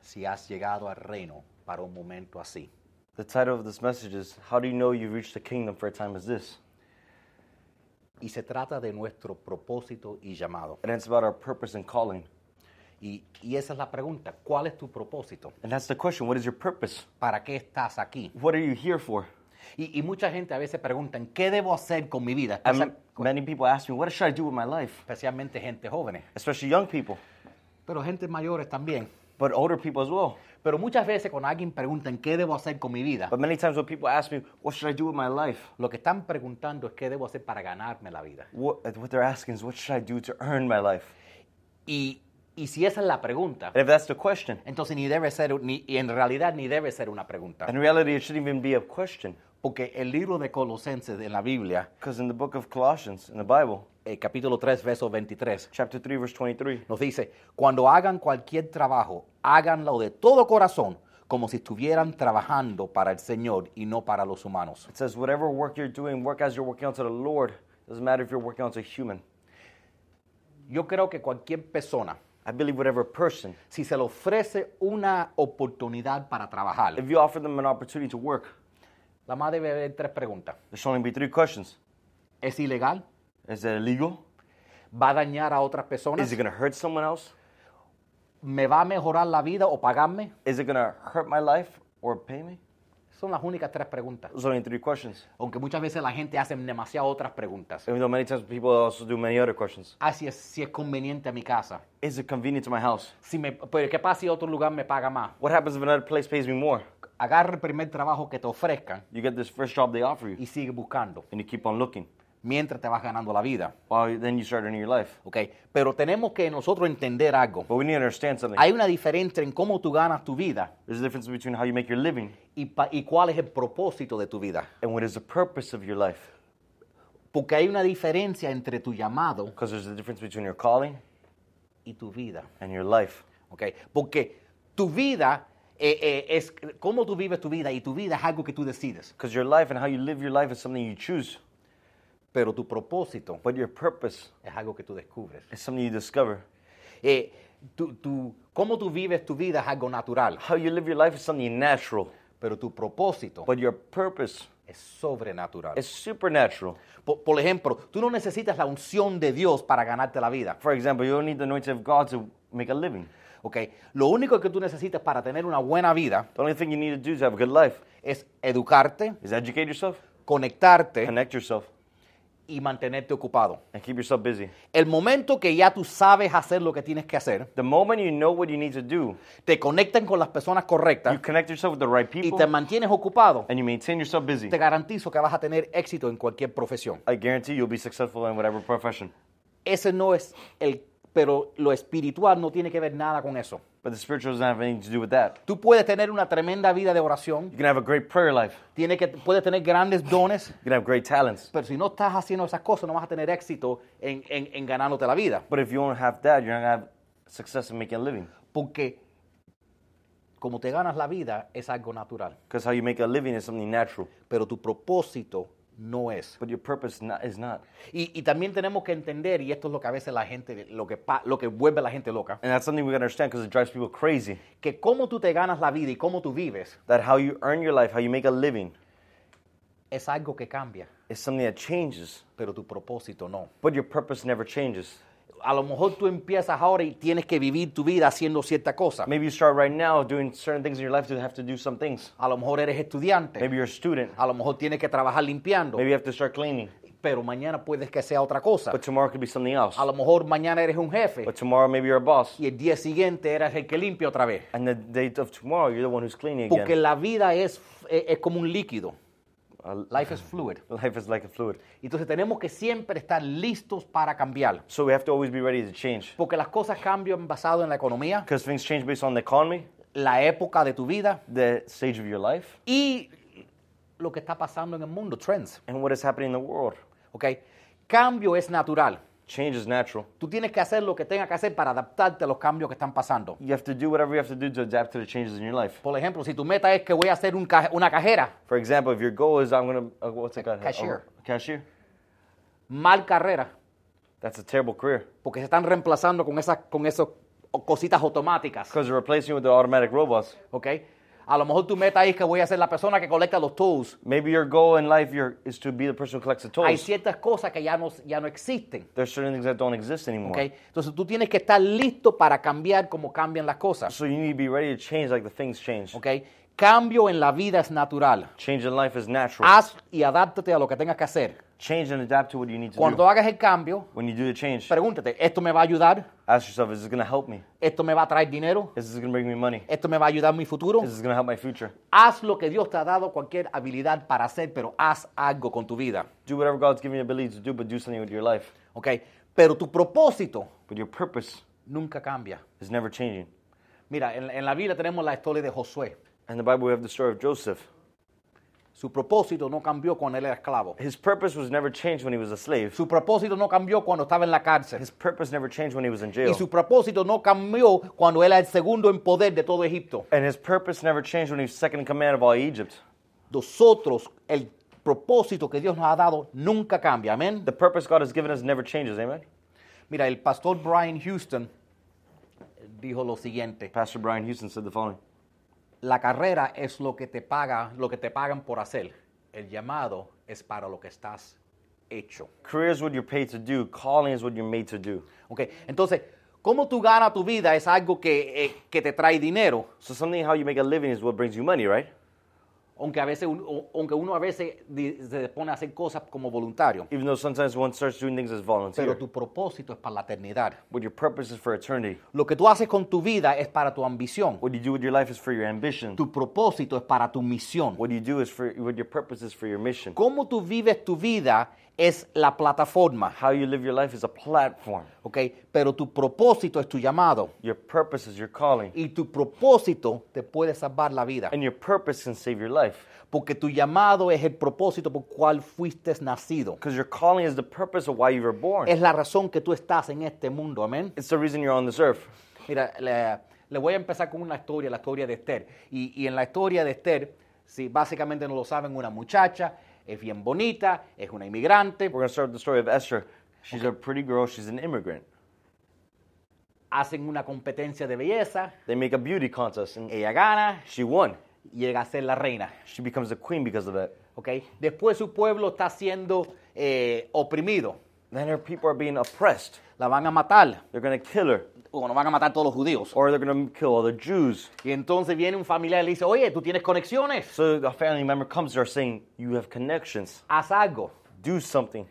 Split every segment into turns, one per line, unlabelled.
si has llegado al reino para un momento así.
The title of this message is How Do You Know You've Reached the Kingdom for a Time As This?
Y se trata de nuestro propósito y llamado.
And it's about our purpose and calling.
Y, y esa es la pregunta, ¿cuál es tu propósito?
And that's the question What is your purpose?
¿Para qué estás aquí?
What are you here for?
Y, y mucha gente a veces pregunta, ¿qué debo hacer con mi vida?
And
Especial-
many people ask me, What should I do with my life?
especialmente gente joven,
Especially young people,
pero gente mayores también.
but older people as well.
Pero muchas veces cuando alguien pregunta, ¿qué debo hacer con mi vida?
But many times when people ask me, What should I do with my life?
Lo que están preguntando es qué debo hacer para ganarme la vida.
What, what they're asking is, What should I do to earn my life?
Y, y si esa es la pregunta,
And if that's the question,
entonces ni debe ser, ni, y en realidad ni debe ser una pregunta.
in reality, it shouldn't even be a question.
Porque el libro de Colosenses en la Biblia,
Because in the book of Colossians, in the Bible,
eh, capítulo 3, verso 23,
chapter 3, verse 23,
nos dice, cuando hagan cualquier trabajo, háganlo de todo corazón, como si estuvieran trabajando para el Señor y no para los humanos.
it says, Whatever work you're doing, work as you're working unto the Lord. doesn't matter if you're working unto a human.
Yo creo que cualquier persona,
I believe whatever person,
si se le ofrece una oportunidad para trabajar,
if you offer them an opportunity to work,
la más debe haber tres preguntas.
there should only be three questions.
¿Es ilegal?
Is it illegal?
¿Va a dañar a otras
Is
personas?
it going to hurt someone else?
¿Me va a mejorar la vida o pagarme?
Is it going to hurt my life or pay me?
Son las únicas tres preguntas.
There's only three questions.
Aunque muchas veces la gente hace demasiadas otras preguntas.
Even though many times people also do many other questions.
Ah, si es, si es conveniente a mi casa.
Is it convenient to my house?
Si me, pero ¿qué pasa si otro lugar me paga más?
What happens if another place pays me more?
Agarra el primer trabajo que te ofrezcan
You get this first job they offer you,
y sigue buscando
and you keep on looking.
mientras te vas ganando la vida.
Well, then you start earning your life.
¿ok? Pero tenemos que nosotros entender algo.
But we need to understand something.
Hay una diferencia en cómo tú ganas tu vida
There's a difference between how you make your living
y, pa- y cuál es el propósito de tu vida.
and what is the purpose of your life.
Porque hay una diferencia entre tu llamado
Because there's a difference between your calling
y tu vida.
and your life.
¿ok? Porque tu vida eh, eh, es cómo tú vives tu vida y tu vida es algo que tú decides.
Because your life and how you live your life is something you choose.
Pero tu propósito
But your purpose
es algo que tú descubres.
is something you discover.
Eh, tu- tu- cómo tú vives tu vida es algo natural.
How you live your life is something natural.
Pero tu propósito
But your purpose
es sobrenatural.
is supernatural.
por, por ejemplo, tú no necesitas la unción de Dios para ganarte la vida.
For example, you don't need the anointing of God to make a living.
¿ok? Lo único que tú necesitas para tener una buena vida
The only thing you need to do to have a good life
es educarte,
is educate yourself,
conectarte
connect yourself,
y mantenerte ocupado.
and keep yourself busy.
El momento que ya tú sabes hacer lo que tienes que hacer,
The moment you know what you need to do,
te conectan con las personas correctas
you connect yourself with the right
y
people,
te mantienes ocupado,
and you maintain yourself busy.
te garantizo que vas a tener éxito en cualquier profesión.
I guarantee you'll be successful in whatever profession.
Ese no es el... Pero lo espiritual no tiene que ver nada con eso.
But the spiritual doesn't have anything to do with that.
Tú puedes tener una tremenda vida de
You
oración,
can have a great prayer life.
tiene que, puedes tener grandes dones,
You can have great talents.
pero si no estás haciendo esas cosas no vas a tener éxito en, en- en ganándote la vida.
But if you don't have that, you're not gonna have success in making a living.
Porque como te ganas la vida es algo natural,
Because how you make a living is something natural.
pero tu propósito no es.
But your purpose not, is not.
Y, y también tenemos que entender, y esto es lo que a veces la gente, lo que, pa- lo que vuelve a la gente loca,
And that's something we gotta understand because it drives people crazy.
que cómo tú te ganas la vida y cómo tú vives
That how you earn your life, how you make a living,
es algo que cambia,
is something that changes.
pero tu propósito no.
But your purpose never changes.
A lo mejor tú empiezas ahora y tienes que vivir tu vida haciendo cierta cosa.
Maybe you start right now doing certain things in your life to have to do some things.
A lo mejor eres estudiante,
Maybe you're a student.
a lo mejor tienes que trabajar limpiando,
Maybe you have to start cleaning.
pero mañana puedes que sea otra cosa.
But tomorrow could be something else.
A lo mejor mañana eres un jefe
But tomorrow maybe you're a boss.
y el día siguiente eres el que limpia otra vez.
And the day of tomorrow, you're the one who's cleaning again.
Porque la vida es, es, es como un líquido.
Al-
Life is fluid.
Life is like a fluid.
Entonces tenemos que siempre estar listos para cambiar.
So we have to always be ready to change.
Porque las cosas cambian basado en la economía,
Because things change based on the economy,
la época de tu vida
the stage of your life,
y lo que está pasando en el mundo, trends.
and what is happening in the world.
¿ok? Cambio es natural.
Change is natural.
Tú tienes que hacer lo que tengas que hacer para adaptarte a los cambios que están pasando.
You have to do whatever you have to do to adapt to the changes in your life.
Por ejemplo, si tu meta es que voy a hacer un ca- una cajera,
For example, if your goal is I'm gonna uh, what's it called?
Cashier.
Oh, cashier.
mal carrera,
That's a terrible career
porque se están reemplazando con, esas, con esos o cositas automáticas.
because they're replacing you with the automatic robots.
¿Ok? A lo mejor tu meta es que voy a ser la persona que colecta los tools.
Maybe your goal in life your, is to be the person who collects the
Hay
toys.
ciertas cosas que ya no, ya no existen.
There's certain things that don't exist anymore.
¿ok? Entonces tú tienes que estar listo para cambiar como cambian las cosas.
So you need to be ready to change like the things change.
¿ok? Cambio en la vida es natural.
Change in life is natural.
Haz y adáptate a lo que tengas que hacer.
change and adapt to what you need to
Cuando
do.
hagas el cambio,
When you do the change,
pregúntate, ¿esto me va a ayudar?
ask yourself, is this going to help me?
¿Esto me va a traer dinero?
Is this going to bring me money?
¿Esto me va a ayudar en mi futuro?
Is this going to help my future?
Haz lo que Dios te ha dado cualquier habilidad para hacer, pero haz algo con tu vida.
Do whatever God's given you the ability to do, but do something with your life.
¿ok? Pero tu propósito
But your purpose
nunca cambia.
is never changing.
Mira, en, en la Biblia tenemos la historia de Josué.
In the Bible, we have the story of Joseph.
Su propósito no cambió cuando él era esclavo.
His purpose was never changed when he was a slave.
Su propósito no cambió cuando estaba en la cárcel.
His purpose never changed when he was in
Y
jail.
su propósito no cambió cuando él era el segundo en poder de todo Egipto.
And his purpose never changed when he was second in command of all Egypt.
Nosotros, el propósito que Dios nos ha dado nunca cambia. Amén.
The purpose God has given us never changes, amen?
Mira, el pastor Brian Houston dijo lo siguiente:
Pastor Brian Houston said the following
La carrera es lo que te paga, lo que te pagan por hacer. El llamado es para lo que estás hecho.
Career is what you're paid to do, calling is what you're made to do.
Ok, entonces, cómo tú ganas tu vida es algo que, eh, que te trae dinero,
So, something how you make a living is what brings you money, right?
aunque a veces, un- o- aunque uno a veces di- se pone a hacer cosas como voluntario.
Even though sometimes one starts doing things as
Pero
volunteer.
tu propósito es para la eternidad.
What your purpose is for eternity.
Lo que tú haces con tu vida es para tu ambición.
What you do with your life is for your ambition.
Tu propósito es para tu misión.
What you do is for what your purpose is for your mission.
Cómo tú vives tu vida es la plataforma,
How you live your life is a platform.
¿ok? Pero tu propósito es tu llamado.
Your purpose is your calling.
Y tu propósito te puede salvar la vida.
And your purpose can save your life.
Porque tu llamado es el propósito por cual fuiste nacido.
Because your calling is the purpose of why you were born.
Es la razón que tú estás en este mundo, amén.
It's the reason you're on this earth.
Mira, le, le voy a empezar con una historia, la historia de Esther. Y, y en la historia de Esther, si básicamente no lo saben, una muchacha es bien bonita, es una inmigrante,
We're going to start with the story of Esther. She's a pretty girl, she's an immigrant.
hacen una competencia de belleza,
They make a beauty contest, and
ella gana,
she won.
llega a ser la reina.
She becomes the queen because of that.
¿ok? Después su pueblo está siendo eh, oprimido,
Then her people are being oppressed.
la van a matar,
They're going to kill her,
bueno, van a matar a todos los judíos.
or they're going to kill all the Jews.
Y entonces viene un familiar y le dice, oye, tú tienes conexiones,
So a family member comes to her saying, You have connections,
haz algo.
do something.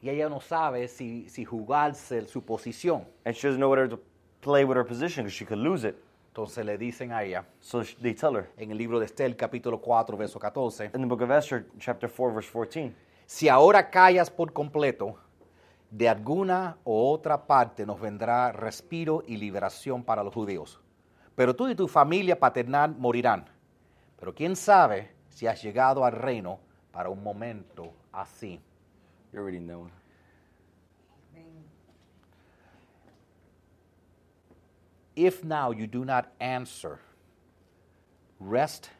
Y ella no sabe si, si jugarse su posición.
And she doesn't know whether to play with her position because she could lose it.
Entonces le dicen a ella,
So sh- they tell her.
en el libro de Estel, capítulo 4, verso 14,
In the book of Esther, chapter 4, verse 14.
si ahora callas por completo, de alguna u otra parte nos vendrá respiro y liberación para los judíos. Pero tú y tu familia paternal morirán. Pero quién sabe si has llegado al reino para un momento así.
You're reading that one.
If now you do not answer, rest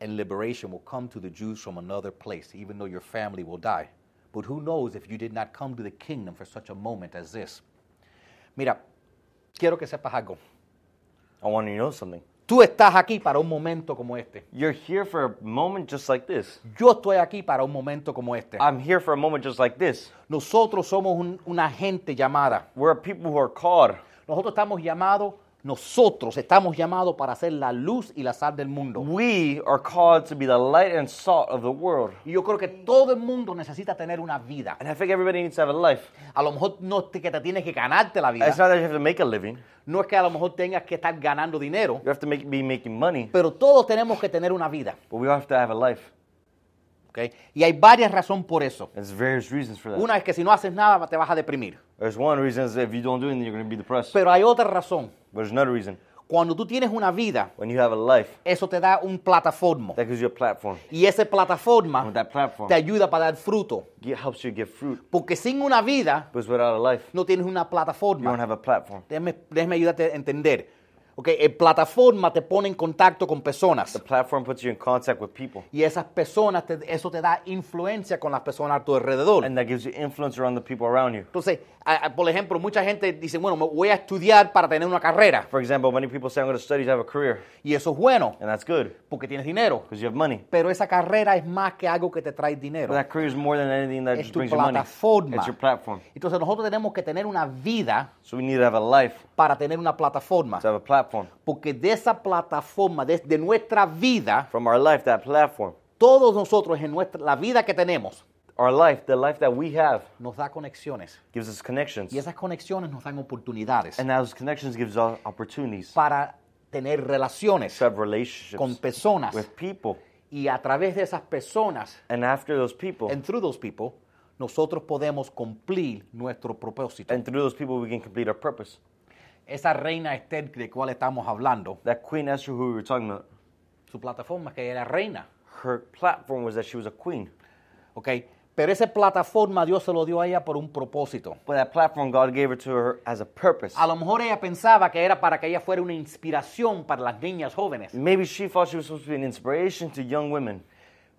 and liberation will come to the Jews from another place, even though your family will die. But who knows if you did not come to the kingdom for such a moment as this? Mira, quiero que sepas algo.
I want you to know something.
Tú estás aquí para un momento como este.
You're here for a moment just like this.
Yo estoy aquí para un momento como este.
I'm here for a moment just like this.
Nosotros somos un- una gente llamada.
We're a people who are called.
Nosotros estamos llamados, nosotros estamos llamados para ser la luz y la sal del mundo.
We are called to be the light and salt of the world.
Y yo creo que todo el mundo necesita tener una vida.
And I think everybody needs to have a life.
A lo mejor no es que te tienes que ganarte la vida.
It's not that you have to make a living.
No es que a lo mejor tengas que estar ganando dinero.
You have to make, be making money.
Pero todos tenemos que tener una vida.
But we all have to have a life.
¿ok? Y hay varias razones por eso.
There's various reasons for that.
Una es que si no haces nada te vas a deprimir.
There's one reason is if you don't do anything, you're going to be depressed. But
Pero hay otra razón.
there's another reason.
Cuando tú tienes una vida,
When you have a life,
eso te da un plataforma.
that gives you a platform.
Y esa plataforma
With that platform,
te ayuda para dar fruto.
it helps you get fruit.
Porque sin una vida
Because without a life,
no tienes una
you don't
plataforma.
have a platform.
Déjame, déjame ayudarte a entender. ¿ok? Okay, en plataforma te pone en contacto con personas.
The platform puts you in contact with people,
Y esas personas, te- eso te da influencia con las personas a tu alrededor.
and that gives you influence around the people around you.
Entonces, a- a- por ejemplo, mucha gente dice, bueno, me voy a estudiar para tener una carrera.
For example, many people say, I'm going to study to have a career,
Y eso es bueno,
and that's good
porque tienes dinero.
because you have money.
Pero esa carrera es más que algo que te trae dinero.
But that career is more than anything that
Es
just
tu
brings you money.
plataforma.
It's your platform.
Entonces nosotros tenemos que tener una vida
So we need to have a life
para tener una plataforma.
to have a platform.
Porque de esa plataforma, de, de nuestra vida,
From our life, that platform,
todos nosotros en nuestra, la vida que tenemos,
our life, the life that we have,
nos da conexiones.
gives us connections.
Y esas conexiones nos dan oportunidades
And those connections gives us opportunities
para tener relaciones
to have
con
relationships
personas.
with people.
Y a través de esas personas,
And after those people,
and through those people, nosotros podemos cumplir nuestro propósito.
and through those people, we can complete our purpose.
Esa reina Esther de cual estamos hablando,
That Queen Esther, who we were talking about,
su plataforma es que era reina.
her platform was that she was a queen.
¿ok? Pero esa plataforma Dios se lo dio a ella por un propósito.
But that platform, God gave it to her as a purpose.
A lo mejor ella pensaba que era para que ella fuera una inspiración para las niñas jóvenes,
Maybe she thought she was supposed to be an inspiration to young women,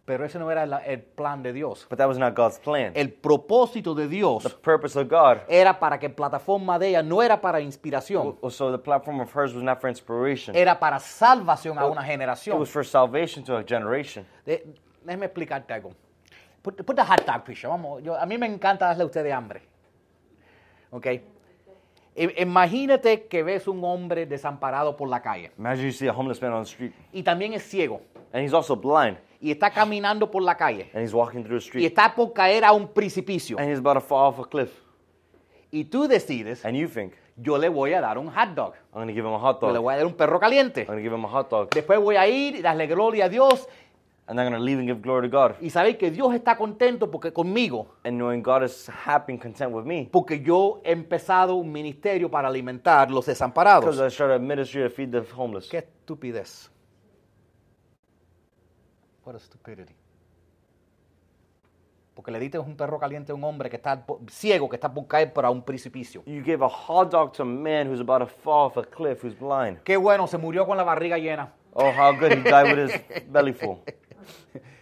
pero ese no era la- el plan de Dios.
but that was not God's plan.
El propósito de
The
Dios
purpose of God.
era para que plataforma de ella no era para inspiración,
So the platform of hers was not for inspiration.
era para salvación a una
It
generación.
was for salvation to a generation.
De- déjeme explicarte algo. Put, put the hot dog picture. Vamos, yo- a mí me encanta darle a ustedes hambre. ¿Ok? I- imagínate que ves un hombre desamparado por la calle
Imagine you see a homeless man on the street,
y también es ciego.
and he's also blind,
y está caminando por la calle
and he's walking through the
y
street,
está por caer a un precipicio
and he's about to fall off a cliff.
y tú decides,
And you think,
yo le voy a dar un hot dog,
I'm gonna give him a hot
yo le
dog.
voy a dar un perro caliente,
I'm gonna give him a hot dog.
después voy a ir y darle gloria a Dios
And I'm gonna leave and give glory to God.
y saber que Dios está contento porque conmigo,
And knowing God is happy and content with me.
porque yo he empezado un ministerio para alimentar los
Because
desamparados.
I started a ministry to feed the homeless.
Qué estupidez. What a stupidity. Porque le diste un perro caliente a un hombre que está po- ciego, que está por caer para un precipicio.
You gave a hot dog to a man who's about to fall off a cliff who's blind.
Qué bueno, se murió con la barriga llena.
Oh, how good he died with his belly full.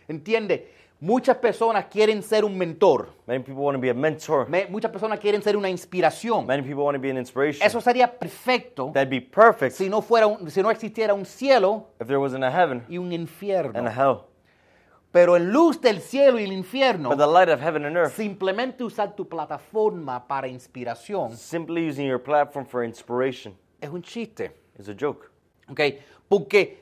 ¿Entiende? Muchas personas quieren ser un mentor.
Many people want to be a mentor.
Me- muchas personas quieren ser una inspiración.
Many people want to be an inspiration.
Eso sería perfecto
That'd be perfect
si no, fuera un- si no existiera un cielo
if there wasn't a heaven
y un
and a
infierno.
hell.
Pero en luz del cielo y el
But
infierno,
the light of heaven and earth,
simplemente usar tu plataforma para inspiración
simply using your platform for inspiration,
es un chiste.
is a joke.
¿ok? Porque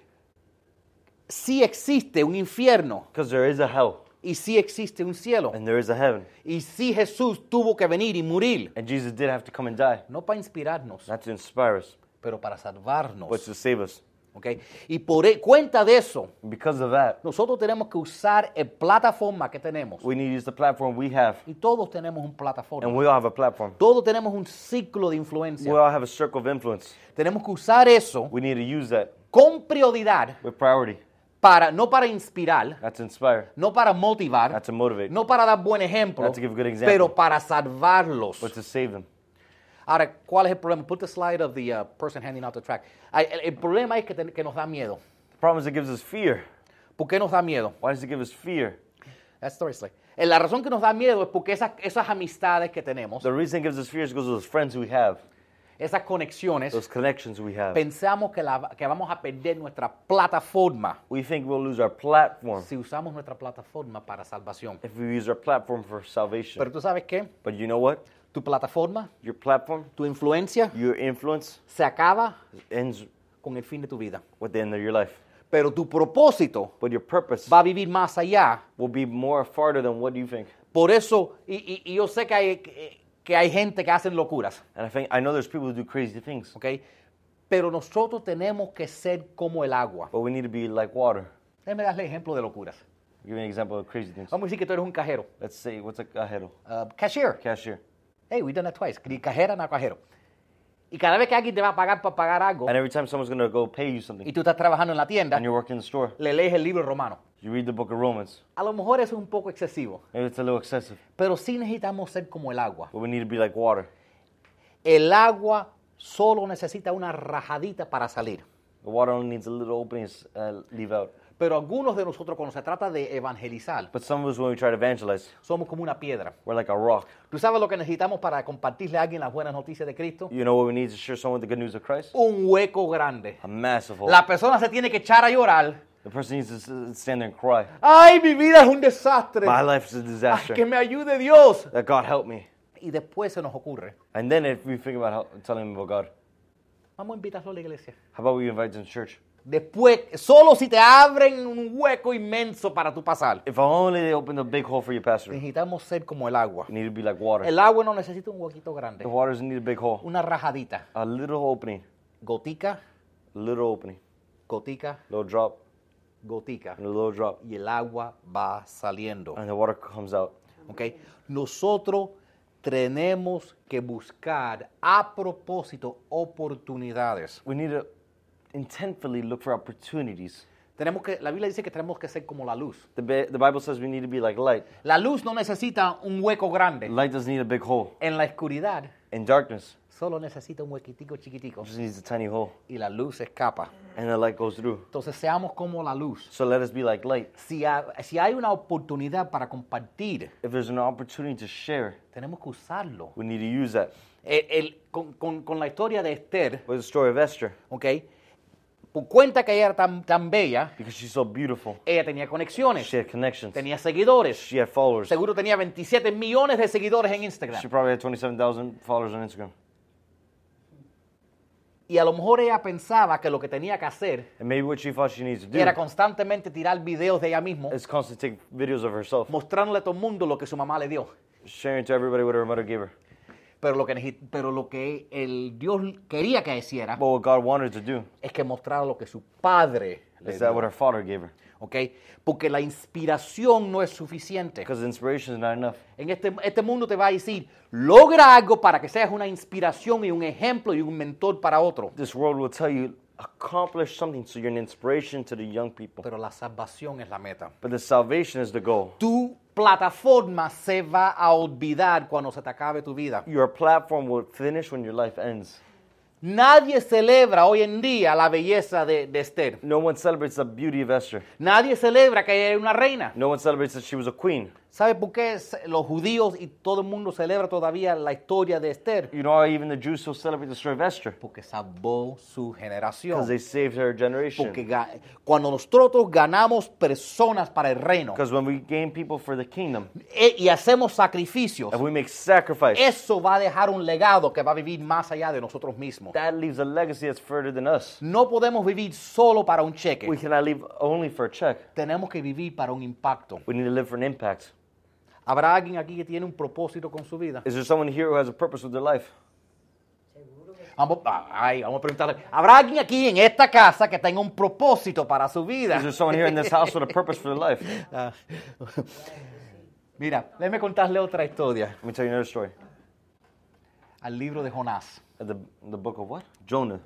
sí existe un infierno
Because there is a hell
y sí existe un cielo.
and there is a heaven.
Y sí Jesús tuvo que venir y morir.
And Jesus did have to come and die,
No para inspirarnos,
not to inspire us,
pero para salvarnos.
but to save us.
¿ok? Y por e- cuenta de eso,
And because of that,
nosotros tenemos que usar el plataforma que tenemos.
we need to use the platform we have.
Y todos tenemos un
And
plataforma.
we all have a platform.
Todos tenemos un ciclo de
We
influencia.
all have a circle of influence.
tenemos que usar eso
We need to use that
con prioridad
with priority,
para no para inspirar,
not to inspire,
no para motivar,
not to motivate,
no para dar buen ejemplo,
Not to give good example. Pues-
pero para salvarlos.
but to save them.
Ahora, ¿cuál es el problema? Put the slide of the uh, person handing out the track. Ah, El, el problema es que, ten- que nos da miedo.
The problem is it gives us fear.
¿Por qué nos da miedo?
Why does it give us fear?
That story slide. Eh, La razón que nos da miedo es porque esas, esas amistades que tenemos,
The reason it gives us fear is because of those friends we have,
esas conexiones,
those connections we have.
pensamos que, la- que vamos a perder nuestra plataforma
We think we'll lose our platform
si usamos nuestra plataforma para salvación.
if we use our platform for salvation.
Pero tú sabes qué?
But you know what?
Tu plataforma,
Your platform,
tu influencia,
your influence
se acaba
ends
con el fin de tu vida.
with the end of your life.
Pero tu propósito
But your purpose
va a vivir más allá.
will be more farther than what you think.
Por eso, y, y- y yo sé que hay, que- que hay gente que hacen locuras,
And I think I know there's people who do crazy things,
¿ok? Pero nosotros tenemos que ser como el agua.
but we need to be like water.
Déjame darle ejemplo de locuras.
Give me an example of crazy things.
Vamos a decir que tú eres un cajero.
Let's say what's a, a heddle?
Uh, cashier.
cashier.
Hey, we done that twice. Ni cajera, no cajero. Y cada vez que alguien te va a pagar para pagar algo
And every time someone's gonna go pay you
y
something,
tú estás trabajando en la tienda,
and you're working in the store,
le lees el libro romano.
you read the Book of Romans.
A lo mejor eso es un poco excesivo,
Maybe it's a little excessive,
pero sí necesitamos ser como el agua.
but we need to be like water.
El agua Solo necesita una rajadita para salir.
The water only needs a little opening to uh, leave out.
Pero algunos de nosotros cuando se trata de evangelizar,
But some of us, when we try to evangelize,
somos como una piedra.
we're like a rock.
¿Tú sabes lo que necesitamos para compartirle a alguien las buenas noticias de Cristo?
You know what we need to share someone the good news of Christ?
Un hueco grande.
A massive hole.
La persona se tiene que echar a llorar.
The person needs to s- uh, stand there and cry.
Ay, mi vida es un desastre.
My life is a
Ay, que
disaster.
me ayude Dios.
That God help me.
Y después se nos ocurre.
And then if we think about help, telling him about God,
Vamos a invitarlo a la iglesia.
how about we invite them to church?
Después, solo si te abren un hueco inmenso para tú pasar.
If only they opened a big hole for you, pastor. You
Necesitamos ser como el agua.
need to be like water.
El agua no necesita un huequito
The
grande.
water doesn't need a big hole.
Una rajadita.
A little opening.
Gotica,
A little opening.
gotica,
little drop.
gotica.
And a little drop.
Y el agua va saliendo.
And the water comes out.
¿ok? Nosotros tenemos que buscar a propósito oportunidades.
We need to intentfully look for opportunities.
Tenemos que, la Biblia dice que tenemos que ser como la luz.
The, Bi- the Bible says we need to be like light.
La luz no necesita un hueco grande.
Light doesn't need a big hole.
En la oscuridad
In darkness,
solo necesita un huequitico chiquitico
it just needs a tiny hole.
y la luz escapa.
And the light goes through.
Entonces seamos como la luz.
So let us be like light.
Si, ha- si hay una oportunidad para compartir,
If there's an opportunity to share,
tenemos que usarlo.
we need to use that.
El- el- con, con- con la historia de Esther,
With the story of Esther,
¿ok? Por cuenta que ella era tan, tan bella,
because she's so beautiful,
ella tenía conexiones.
she had connections,
Tenía seguidores.
she had followers.
Seguro tenía 27 millones de seguidores en
She
Instagram.
probably had 27,000 followers on Instagram.
Y a lo mejor ella pensaba que lo que tenía que hacer
And maybe what she thought she needs to do
era constantemente tirar videos de ella misma,
is constantly take videos of herself,
mostrándole a todo el mundo lo que su mamá le dio.
sharing to everybody what her mother gave her.
Pero lo que, necesi- pero lo que el Dios quería que hiciera
But what God wanted her to do
es que mostrara lo que su padre le
is that
dio.
what her father gave her.
¿ok? Porque la inspiración no es suficiente.
Because inspiration is not enough.
En este, este mundo te va a decir, logra algo para que seas una inspiración y un ejemplo y un mentor para otro.
This world will tell you, accomplish something so you're an inspiration to the young people.
Pero la salvación es la meta.
But the salvation is the goal.
tu plataforma se va a olvidar cuando se te acabe tu vida.
Your platform will finish when your life ends.
Nadie celebra hoy en día la belleza de, de Esther.
No one celebrates the beauty of Esther.
Nadie celebra que ella era una reina.
No one celebrates that she was a queen.
¿Sabe por qué se- los judíos y todo el mundo celebra todavía la historia de Esther?
You know why even the Jews still celebrate the story of Esther?
Porque salvó su
Because
generación.
they saved her
Porque
generation.
ga- cuando nosotros ganamos personas para el reino
Because when we gain people for the kingdom,
e- y hacemos sacrificios,
if we make sacrifice,
eso va a dejar un legado que va a vivir más allá de nosotros mismos.
that leaves a legacy that's further than us.
No podemos vivir solo para un cheque.
We cannot live only for a check.
tenemos que vivir para un impacto.
We need to live for an impact.
¿Habrá alguien aquí que tiene un propósito con su vida?
Is there someone here who has a purpose with their life?
Vamos, ah, ay, vamos a preguntarle. ¿Habrá alguien aquí en esta casa que tenga un propósito para su vida?
Is there someone here in this house with a purpose for their life?
Ah. Mira, déjeme contarle otra historia.
Let me tell you another story.
Al libro de Jonás.
The, the book of what? Jonah.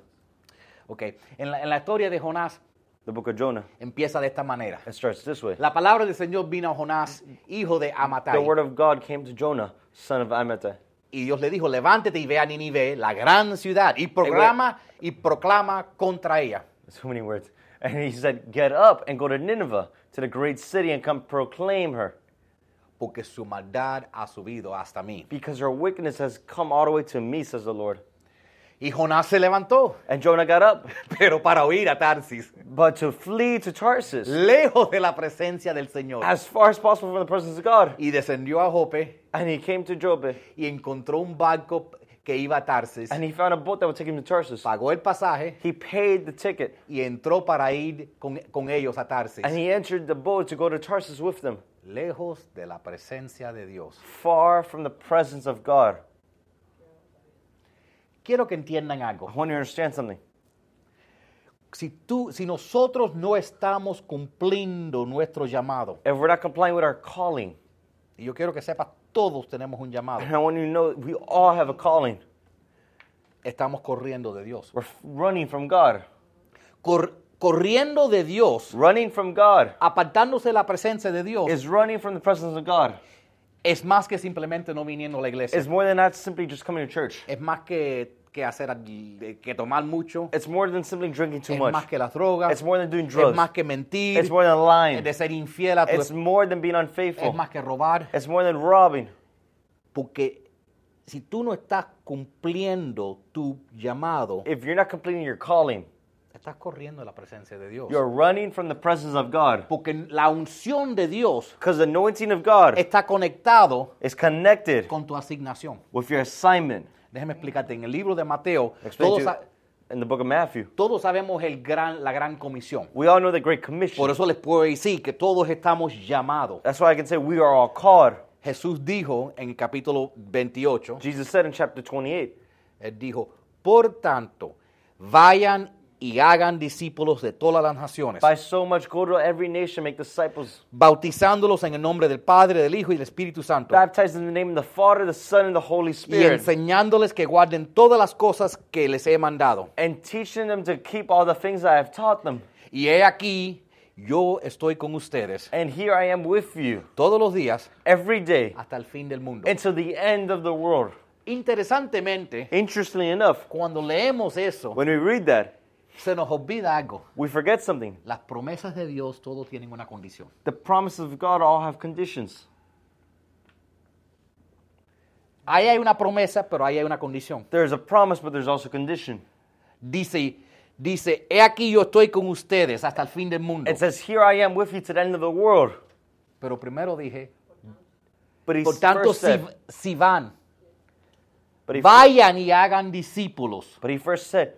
Ok, En la, en la historia de Jonás
The book of Jonah.
empieza de esta manera.
It starts this way.
La palabra del Señor vino a Jonás, hijo de
The
Amattai.
word of God came to Jonah, son of Amittai.
Y Dios le dijo, levántate y ve a Ninive, la gran ciudad, y proclama, y proclama contra ella.
So many words. And he said, Get up and go to Nineveh, to the great city, and come proclaim her,
porque su maldad ha subido hasta mí.
because her wickedness has come all the way to me, says the Lord.
Y Jonás se levantó,
And Jonah got up,
pero para oír a Tarsis,
but to flee to Tarsus,
lejos de la presencia del Señor.
as far as possible from the presence of God.
Y descendió a Jope
And he came to Joppe,
y encontró un barco que iba a Tarsis,
and he found a boat that would take him to Tarsus.
pagó el pasaje
He paid the ticket,
y entró para ir con, con ellos a Tarsis,
and he entered the boat to go to Tarsus with them,
lejos de la presencia de Dios.
far from the presence of God.
Quiero que entiendan
I
algo.
want you to understand something.
Si, tú, si nosotros no estamos cumpliendo nuestro llamado,
If we're not complying with our calling,
y yo quiero que sepas, todos tenemos un llamado,
and I want you to know we all have a calling,
estamos corriendo de Dios.
we're f- running from God.
Cor- corriendo de Dios,
Running from God
apartándose de la presencia de Dios, es,
is running from the presence of God.
más que simplemente no viniendo a la iglesia.
It's
Es,
more than not simply just coming to church.
más que que hacer, al- que tomar mucho.
It's more than simply drinking too
es
much.
más que las drogas.
It's more than doing
Es
drugs.
más que mentir.
It's more than lying.
es de ser infiel a tu
It's
esp-
more than being
Es
unfaithful.
más que robar.
It's more than robbing.
Porque si tú no estás cumpliendo tu llamado,
If you're not completing your calling,
estás corriendo la presencia de Dios.
you're running from the presence of God.
Porque la unción de Dios
Because the anointing of God
está conectado
is connected
con tu asignación.
with your assignment.
Déjame explicarte, en el libro de Mateo,
Explain
todos,
to,
sa-
in the book of Matthew.
todos sabemos el gran, la gran comisión.
We all know the Great
Por
Commission.
eso les puedo decir que todos estamos llamados.
That's why I can say we are all called.
Jesús dijo en capítulo 28,
Jesus said in chapter 28,
Él dijo, por tanto, vayan y hagan discípulos de todas las naciones,
By so much, go to every nation, make disciples,
bautizándolos en el nombre del Padre, del Hijo y del Espíritu Santo,
baptize in the name of the Father, the Son, and the
y
Holy Spirit,
enseñándoles que guarden todas las cosas que les he mandado.
and teaching them to keep all the things I have taught them.
Y he aquí, yo estoy con ustedes
And here I am with you
todos los días
every day
hasta el fin del mundo.
until the end of the world.
Interesantemente,
Interestingly enough,
cuando leemos eso,
when we read that,
se nos olvida algo.
we forget something.
Las promesas de Dios todo tienen una condición.
The promises of God all have conditions.
Ahí hay una promesa, pero ahí hay una condición.
There is a promise, but there's also condition.
Dice, dice, he aquí yo estoy con ustedes hasta el fin del mundo.
It says, "Here I am with you to the end of the world."
Pero primero dije,
But he
por tanto,
first
si,
said,
si van,
but he,
vayan y hagan discípulos.
but he first said,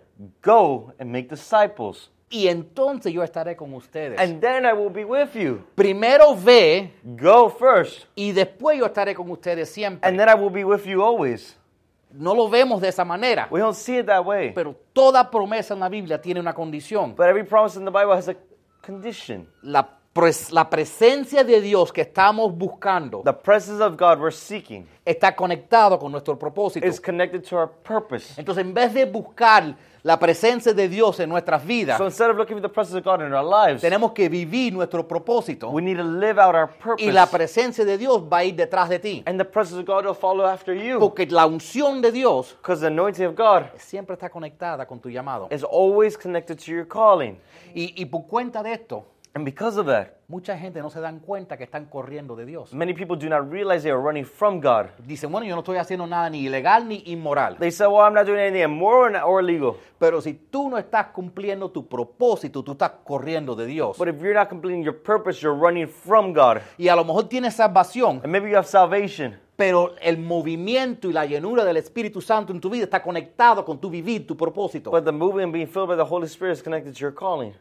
"Go and make disciples,
Y entonces yo estaré con ustedes.
and then I will be with you."
primero ve
Go first,
y después yo estaré con ustedes siempre.
and then I will be with you always.
no lo vemos de esa manera.
We don't see it that way.
Pero toda promesa en la Biblia tiene una condición.
But every promise in the Bible has a condition.
La, pres- la presencia de Dios que estamos buscando
The presence of God we're seeking
está conectado con nuestro propósito.
is connected to our purpose.
Entonces, en vez de buscar la presencia de Dios en nuestras vidas,
So instead of looking for the presence of God in our lives,
tenemos que vivir nuestro propósito
we need to live out our
y la
purpose.
presencia de Dios va a ir detrás de ti.
And the presence of God will follow after you.
Porque la unción de Dios
Because the anointing of God
siempre está conectada con tu llamado.
is always connected to your calling.
Y, y por cuenta de esto,
And because of that,
mucha gente no se dan cuenta que están corriendo de Dios.
many people do not realize they are running from God.
Dicen, bueno, yo no estoy haciendo nada ni ilegal ni inmoral.
They say, Well, I'm not doing anything immoral or illegal.
Pero si tú no estás cumpliendo tu propósito, tú estás corriendo de Dios.
But if you're not completing your purpose, you're running from God.
Y a lo mejor tienes salvación,
And maybe you have salvation.
pero el movimiento y la llenura del Espíritu Santo en tu vida está conectado con tu vivir, tu propósito.
But the moving and being filled by the Holy Spirit is connected to your calling.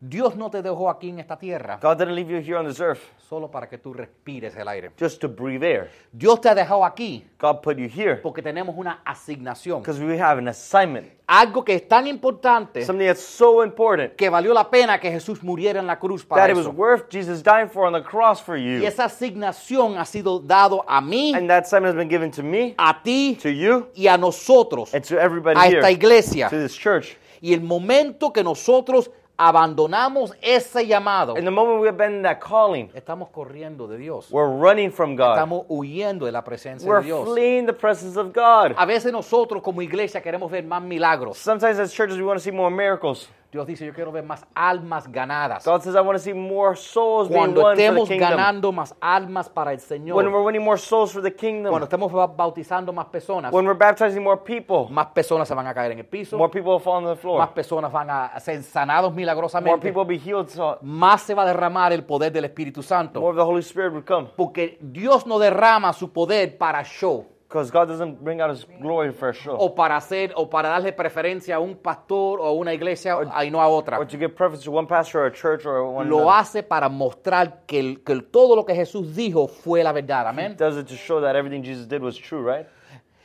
Dios no te dejó aquí en esta tierra
God didn't leave you here on this earth
solo para que tú respires el aire.
just to breathe air.
Dios te ha dejado aquí
God put you here
porque tenemos una asignación.
because we have an assignment.
Algo que es tan importante
Something that's so important
que valió la pena que Jesús muriera en la cruz para
that it was
eso.
worth Jesus dying for on the cross for
Y
you.
esa asignación ha sido dado a mí,
And that assignment has been given to me,
a ti
to you,
y a nosotros,
and to everybody
a
here,
esta iglesia.
to this church.
Y el momento que nosotros abandonamos ese llamado,
And the moment we abandon that calling,
estamos corriendo de Dios.
we're running from God.
Estamos huyendo de la presencia
We're
de Dios.
fleeing the presence of God.
A veces nosotros como iglesia queremos ver más milagros.
Sometimes as churches, we want to see more miracles.
Dios dice, yo quiero ver más almas ganadas.
God says, I want to see more souls being
Cuando
won for the
estemos
kingdom.
ganando más almas para el
When
Señor,
we're winning more souls for the kingdom.
cuando estemos ba- bautizando más personas,
When we're baptizing more people,
más personas se van a caer en el piso,
more people will fall on the
más
floor.
personas van a ser sanados
More
milagrosamente,
people will be healed. So
más se va a derramar el poder del Espíritu
more
Santo.
of the Holy Spirit would come.
Porque Dios no derrama su poder para show.
Because God doesn't bring out His glory for a show.
o para hacer o para darle preferencia a un pastor o a una iglesia y no a
Or
otra.
to give preference to one pastor or a church or one
Lo
another.
hace para mostrar que, el- que el- todo lo que Jesús dijo fue la verdad. Amén.
Does it to show that everything Jesus did was true, right?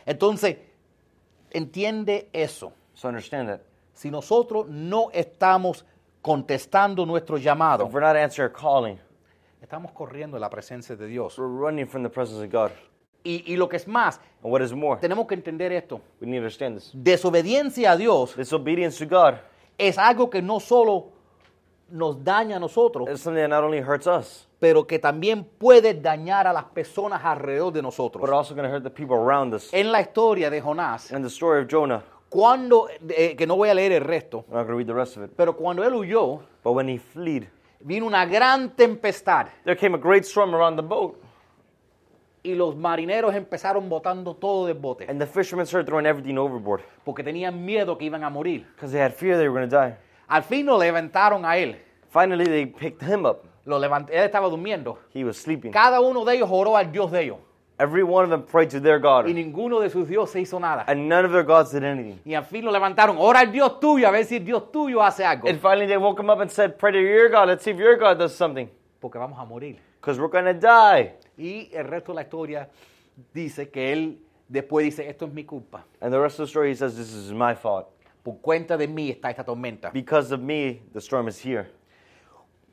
Entonces, entiende eso.
So understand that.
Si nosotros no estamos contestando nuestro
If
llamado,
we're not answering our calling,
estamos corriendo en la presencia de Dios.
we're running from the presence of God.
Y, y lo que es más,
And what is more,
tenemos que entender esto.
we need to understand this.
Desobediencia a Dios
Disobedience to God
es algo que no solo nos daña a nosotros,
It's something that not only hurts us,
pero que también puede dañar a las personas alrededor de
but
nosotros.
also going to hurt the people around us.
En la historia de Jonás,
And the story of Jonah,
cuando, eh, que no voy a leer el resto,
I'm not going to read the rest of it.
pero cuando él huyó,
But when he fled,
vino una gran tempestad
there came a great storm around the boat,
y los marineros empezaron botando todo del bote
and the fishermen started throwing everything overboard
porque tenían miedo que iban a morir.
because they had fear they were going to die.
Al fin lo levantaron a él.
Finally, they picked him up.
Lo levant- él estaba durmiendo.
He was sleeping.
Cada uno de ellos oró al Dios de ellos
Every one of them prayed to their
y
God,
ninguno de sus dioses hizo nada.
and none of their gods did anything.
Y al fin lo levantaron. Ora al Dios tuyo a ver si el Dios tuyo hace algo.
And finally, they woke him up and said, Pray to your God, let's see if your God does something
Porque vamos a morir.
because we're going to die.
Y el resto de la historia dice que él después dice, esto es mi culpa.
And the rest of the story, he says, This is my fault.
Por cuenta de mí está esta tormenta.
Because of me, the storm is here.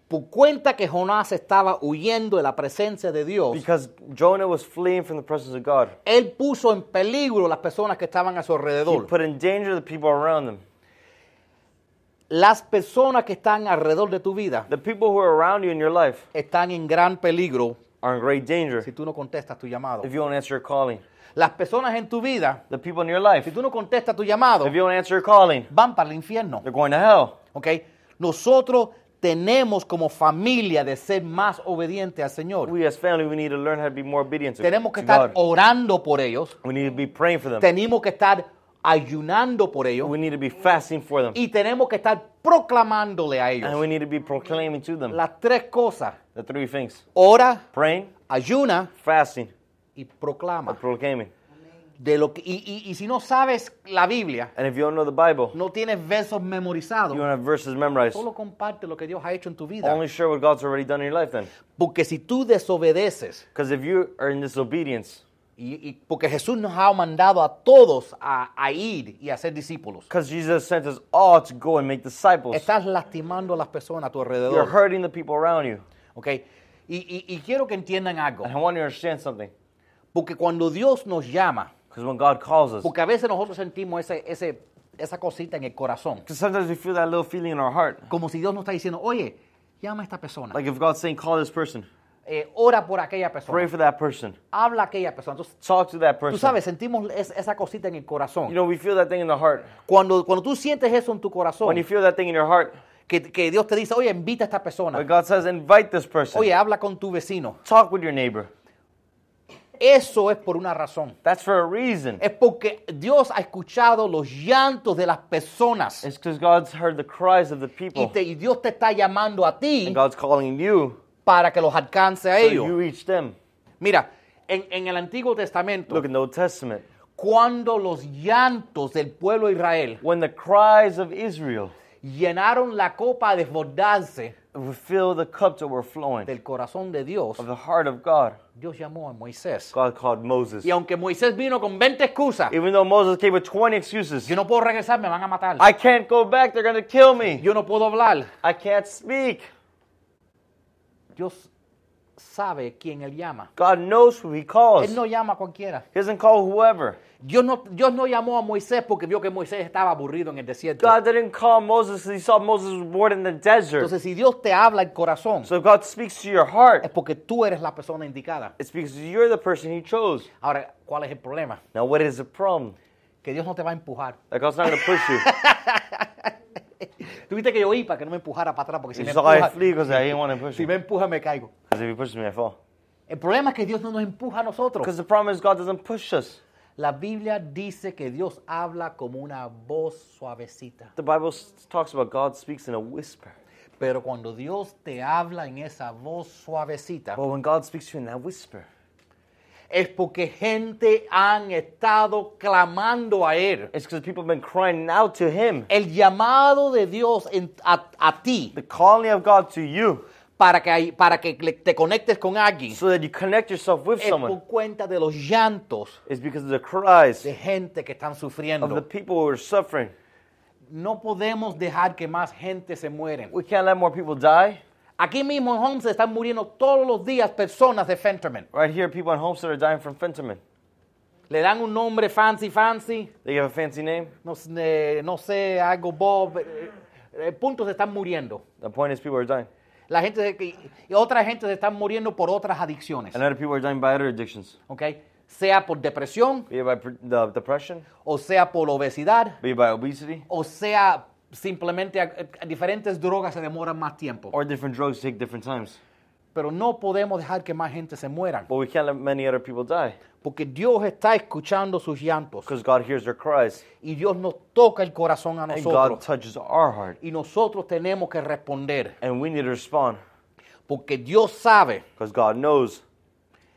Por cuenta que Jonás estaba huyendo de la presencia de Dios,
Because Jonah was fleeing from the presence of God.
él puso en peligro las personas que estaban a su
He
alrededor.
put in danger the people around him.
Las personas que están alrededor de tu vida
The people who are around you in your life
están en gran peligro
are in great danger
si tú no contestas tu llamado.
if you don't answer your calling.
Las personas en tu vida,
The people in your life,
si tú no contestas tu llamado,
if you don't answer your calling,
van para el infierno.
they're going to hell.
¿Ok? Nosotros tenemos como familia de ser más obedientes al Señor.
We as family, we need to learn how to be more obedient to,
Tenemos que
to
estar
God.
orando por ellos,
We need to be praying for them.
tenemos que estar ayunando por ellos
We need to be fasting for them.
y tenemos que estar proclamándole a
And
ellos.
we need to be proclaiming to them
Las tres cosas,
the three things
ora,
praying,
ayuna
fasting,
y
and
proclama.
proclaiming.
De lo que, y, y- y si no sabes la Biblia,
And if you don't know the Bible,
no tienes versos memorizados,
you don't have verses memorized.
solo comparte lo que Dios ha hecho en tu vida.
Only share what God's already done in your life then.
Porque si tú desobedeces,
Because if you are in disobedience,
Y, y porque Jesús nos ha mandado a todos a, a ir y a ser discípulos.
because Jesus sent us all to go and make disciples,
Estás lastimando a las personas a tu
you're
alrededor.
hurting the people around you.
¿ok? Y, y- y quiero que entiendan algo.
And I want you to understand something.
Porque cuando Dios nos llama,
Because when God calls us,
porque a veces nosotros sentimos ese, ese, esa cosita en el corazón.
because sometimes we feel that little feeling in our heart.
Como si Dios nos está diciendo, oye, llama a esta persona.
Like if God's saying, call this person,
eh, ora por aquella
pray
persona.
for that person,
Habla a aquella persona. Entonces,
talk to that
tú
person.
sabes, sentimos es- esa cosita en el
You
corazón.
know, we feel that thing in the heart.
Cuando, cuando tú sientes eso en tu
When you
corazón,
feel that thing in your heart,
que, que Dios te dice, oye, invita a esta persona.
when God says, invite this person,
Oye, habla con tu vecino.
talk with your neighbor.
Eso es por una razón.
That's for a reason.
Es porque Dios ha escuchado los llantos de las personas.
It's because God's heard the cries of the
Y,
people.
te- y Dios te está llamando a ti
And God's calling you
para que los alcance a
so
ellos.
you reach them.
Mira, en, en el Antiguo Testamento,
Look in the Old Testament.
cuando los llantos del pueblo de Israel
When the cries of Israel
llenaron la copa a desbordarse
will fill the cup to overflowing
del corazón de Dios,
of the heart of God,
Dios llamó a Moisés.
God called Moses.
Y aunque Moisés vino con 20 excusas,
Even though Moses gave with 20 excuses,
yo no puedo regresar, me van a matar.
I can't go back, they're going to kill me.
Yo no puedo hablar.
I can't speak.
Dios sabe quién él llama.
God knows who he
Él
calls.
no llama a cualquiera.
He doesn't call whoever.
Dios no, Dios no llamó a Moisés porque vio que Moisés estaba aburrido en el desierto.
God didn't call Moses 'cause he saw Moses was born in the desert.
Entonces, si Dios te habla el corazón,
So if God speaks to your
es
heart.
porque tú eres la persona indicada.
It's because you're the person he chose.
Ahora, ¿cuál es el problema?
Now, what is the problem?
Que Dios no te va a empujar.
Like, God's not going to push you.
Tuviste que yo oí para que no me empujara para atrás, porque si
You
me
saw I
empuja,
flee because I didn't want to push
si
him.
me empuja me caigo.
Because if he pushes me, I fall.
El problema es que Dios no nos empuja a nosotros.
Because the problem is God doesn't push us.
La Biblia dice que Dios habla como una voz suavecita.
The Bible s- talks about God speaks in a whisper.
Pero cuando Dios te habla en esa voz suavecita,
But when God speaks to you in that whisper,
es porque gente han estado clamando a Él.
it's because people have been crying out to him.
El llamado de Dios en- a, a ti
The calling of God to you
para que, hay- para que le- te conectes con alguien
so that you connect yourself with
es
someone
por cuenta de los llantos
is because of the cries
de gente que están
of the
sufriendo.
people who are suffering.
No podemos dejar que más gente se mueren.
We can't let more people die.
Aquí mismo en Homs están muriendo todos los días personas de Fenterman.
Right here, people in Homestead are dying from fentanyl.
Le dan un nombre fancy, fancy,
They have a fancy name.
no, sé, eh, no sé, algo Bob, eh, El punto se están muriendo.
The point is, people are dying.
La gente, se- y- y otra gente se están muriendo por otras adicciones,
And other people are dying by other addictions.
¿ok? Sea por depresión,
Be it by pre- the depression,
o sea por obesidad,
be it by obesity,
o sea simplemente eh, eh, diferentes drogas se demoran más tiempo.
or different drugs take different times.
Pero no podemos dejar que más gente se mueran,
But we can't let many other people die
porque Dios está escuchando sus llantos
because God hears their cries
y Dios nos toca el corazón a
and God
nosotros
touches our heart.
y nosotros tenemos que responder,
And we need to respond
porque Dios sabe
because God knows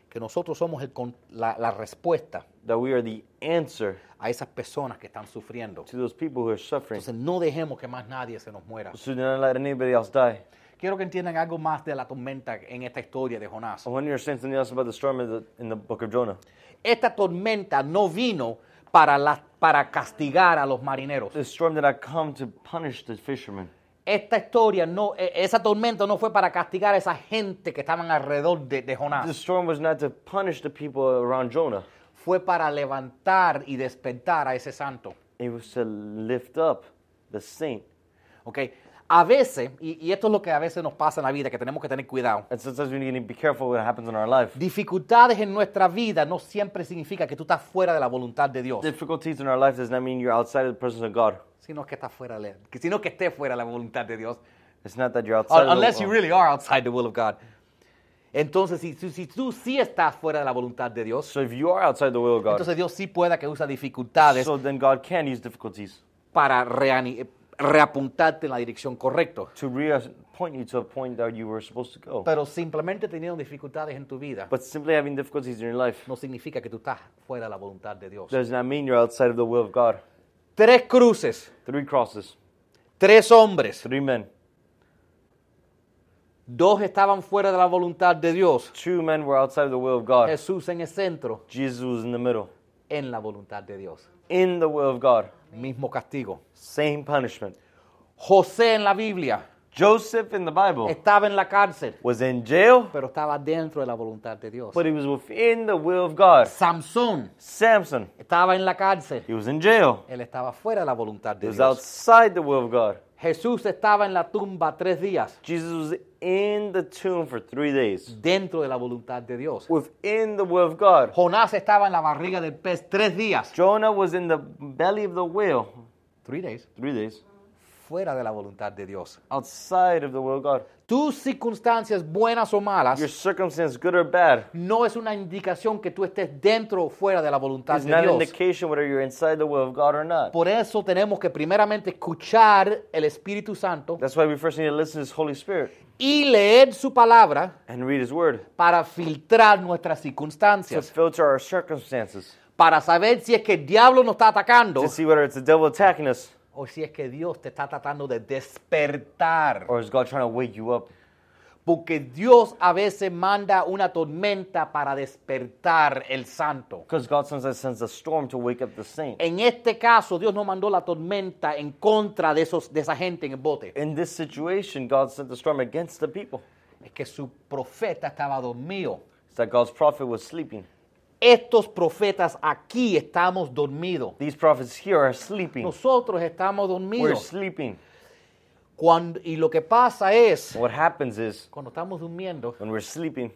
que nosotros somos el con- la, la respuesta
that we are the answer
a esas personas que están sufriendo.
to those people who are suffering.
Entonces no dejemos que más nadie se nos muera.
So do not let anybody else die.
Quiero que entiendan algo más de la tormenta en esta historia de Jonás.
I want you to understand something else about the storm in the, in the book of Jonah.
Esta tormenta no vino para, la- para castigar a los marineros.
The storm did not come to punish the fishermen.
Esta historia no, e- esa tormenta no fue para castigar a esa gente que estaban alrededor de, de
The
Jonás.
storm was not to punish the people around Jonah.
Fue para levantar y despertar a ese santo.
It was to lift up the saint.
¿ok? A veces, y, y esto es lo que a veces nos pasa en la vida, que tenemos que tener cuidado.
And sometimes we need to be careful what happens in our life.
Dificultades en nuestra vida no siempre significa que tú estás fuera de la voluntad de Dios,
Difficulties in our life does not mean you're outside of the presence of God.
sino que estás fuera de, que- sino que estés fuera de la voluntad de Dios.
It's not that you're outside.
Un- Unless
of the,
you really are outside the will of God. Entonces, si, si- si tú sí estás fuera de la voluntad de Dios,
So if you are outside the will of God,
entonces Dios sí pueda que usa dificultades
so then God can use difficulties
para reani- reapuntarte en la dirección correcta.
to reappoint you to a point that you were supposed to go.
Pero simplemente teniendo dificultades en tu vida
But simply having difficulties in your life
no significa que tú estás fuera de la voluntad de Dios.
does not mean you're outside of the will of God.
Tres cruces,
Three crosses,
tres hombres,
three men.
dos estaban fuera de la voluntad de Dios.
Two men were outside of the will of God.
Jesús en el centro,
Jesus was in the middle,
en la voluntad de Dios.
in the will of God.
Mismo castigo.
Same punishment.
José en la Biblia
Joseph in the Bible
estaba en la cárcel,
was in jail,
pero estaba dentro de la voluntad de Dios.
but he was within the will of God.
Samson
Samson,
estaba en la cárcel,
he was in jail.
él estaba fuera de la voluntad
He
de
was
Dios.
outside the will of God.
Jesús estaba en la tumba tres días,
Jesus was in the tomb for three days,
dentro de la voluntad de Dios.
within the will of God.
Jonás estaba en la barriga del pez tres días.
Jonah was in the belly of the whale,
Three days.
three days,
Fuera de la voluntad de Dios.
outside of the will of God.
Tus circunstancias, buenas o malas,
Your circumstance, good or bad,
no es una indicación que tú estés dentro o fuera de la voluntad
is
de
not an
Dios.
indication whether you're inside the will of God or not.
Por eso tenemos que primeramente escuchar el Espíritu Santo
That's why we first need to listen to His Holy Spirit
y leer su palabra
and read His Word
para filtrar nuestras
to
circunstancias,
filter our circumstances,
para saber si es que el diablo nos está atacando
to see whether it's the devil attacking us
o si es que Dios te está tratando de despertar.
or is God trying to wake you up.
Porque Dios a veces manda una tormenta para despertar el santo.
Because God sometimes sends a storm to wake up the saint.
En este caso, Dios no mandó la tormenta en contra de, esos, de esa gente en el bote.
In this situation, God sent the storm against the people.
Es que su profeta estaba dormido.
It's that God's prophet was sleeping.
Estos profetas aquí estamos dormidos.
These prophets here are sleeping.
Nosotros estamos
We're
dormidos.
sleeping.
Cuando- y lo que pasa es,
What happens is
cuando estamos durmiendo
when we're sleeping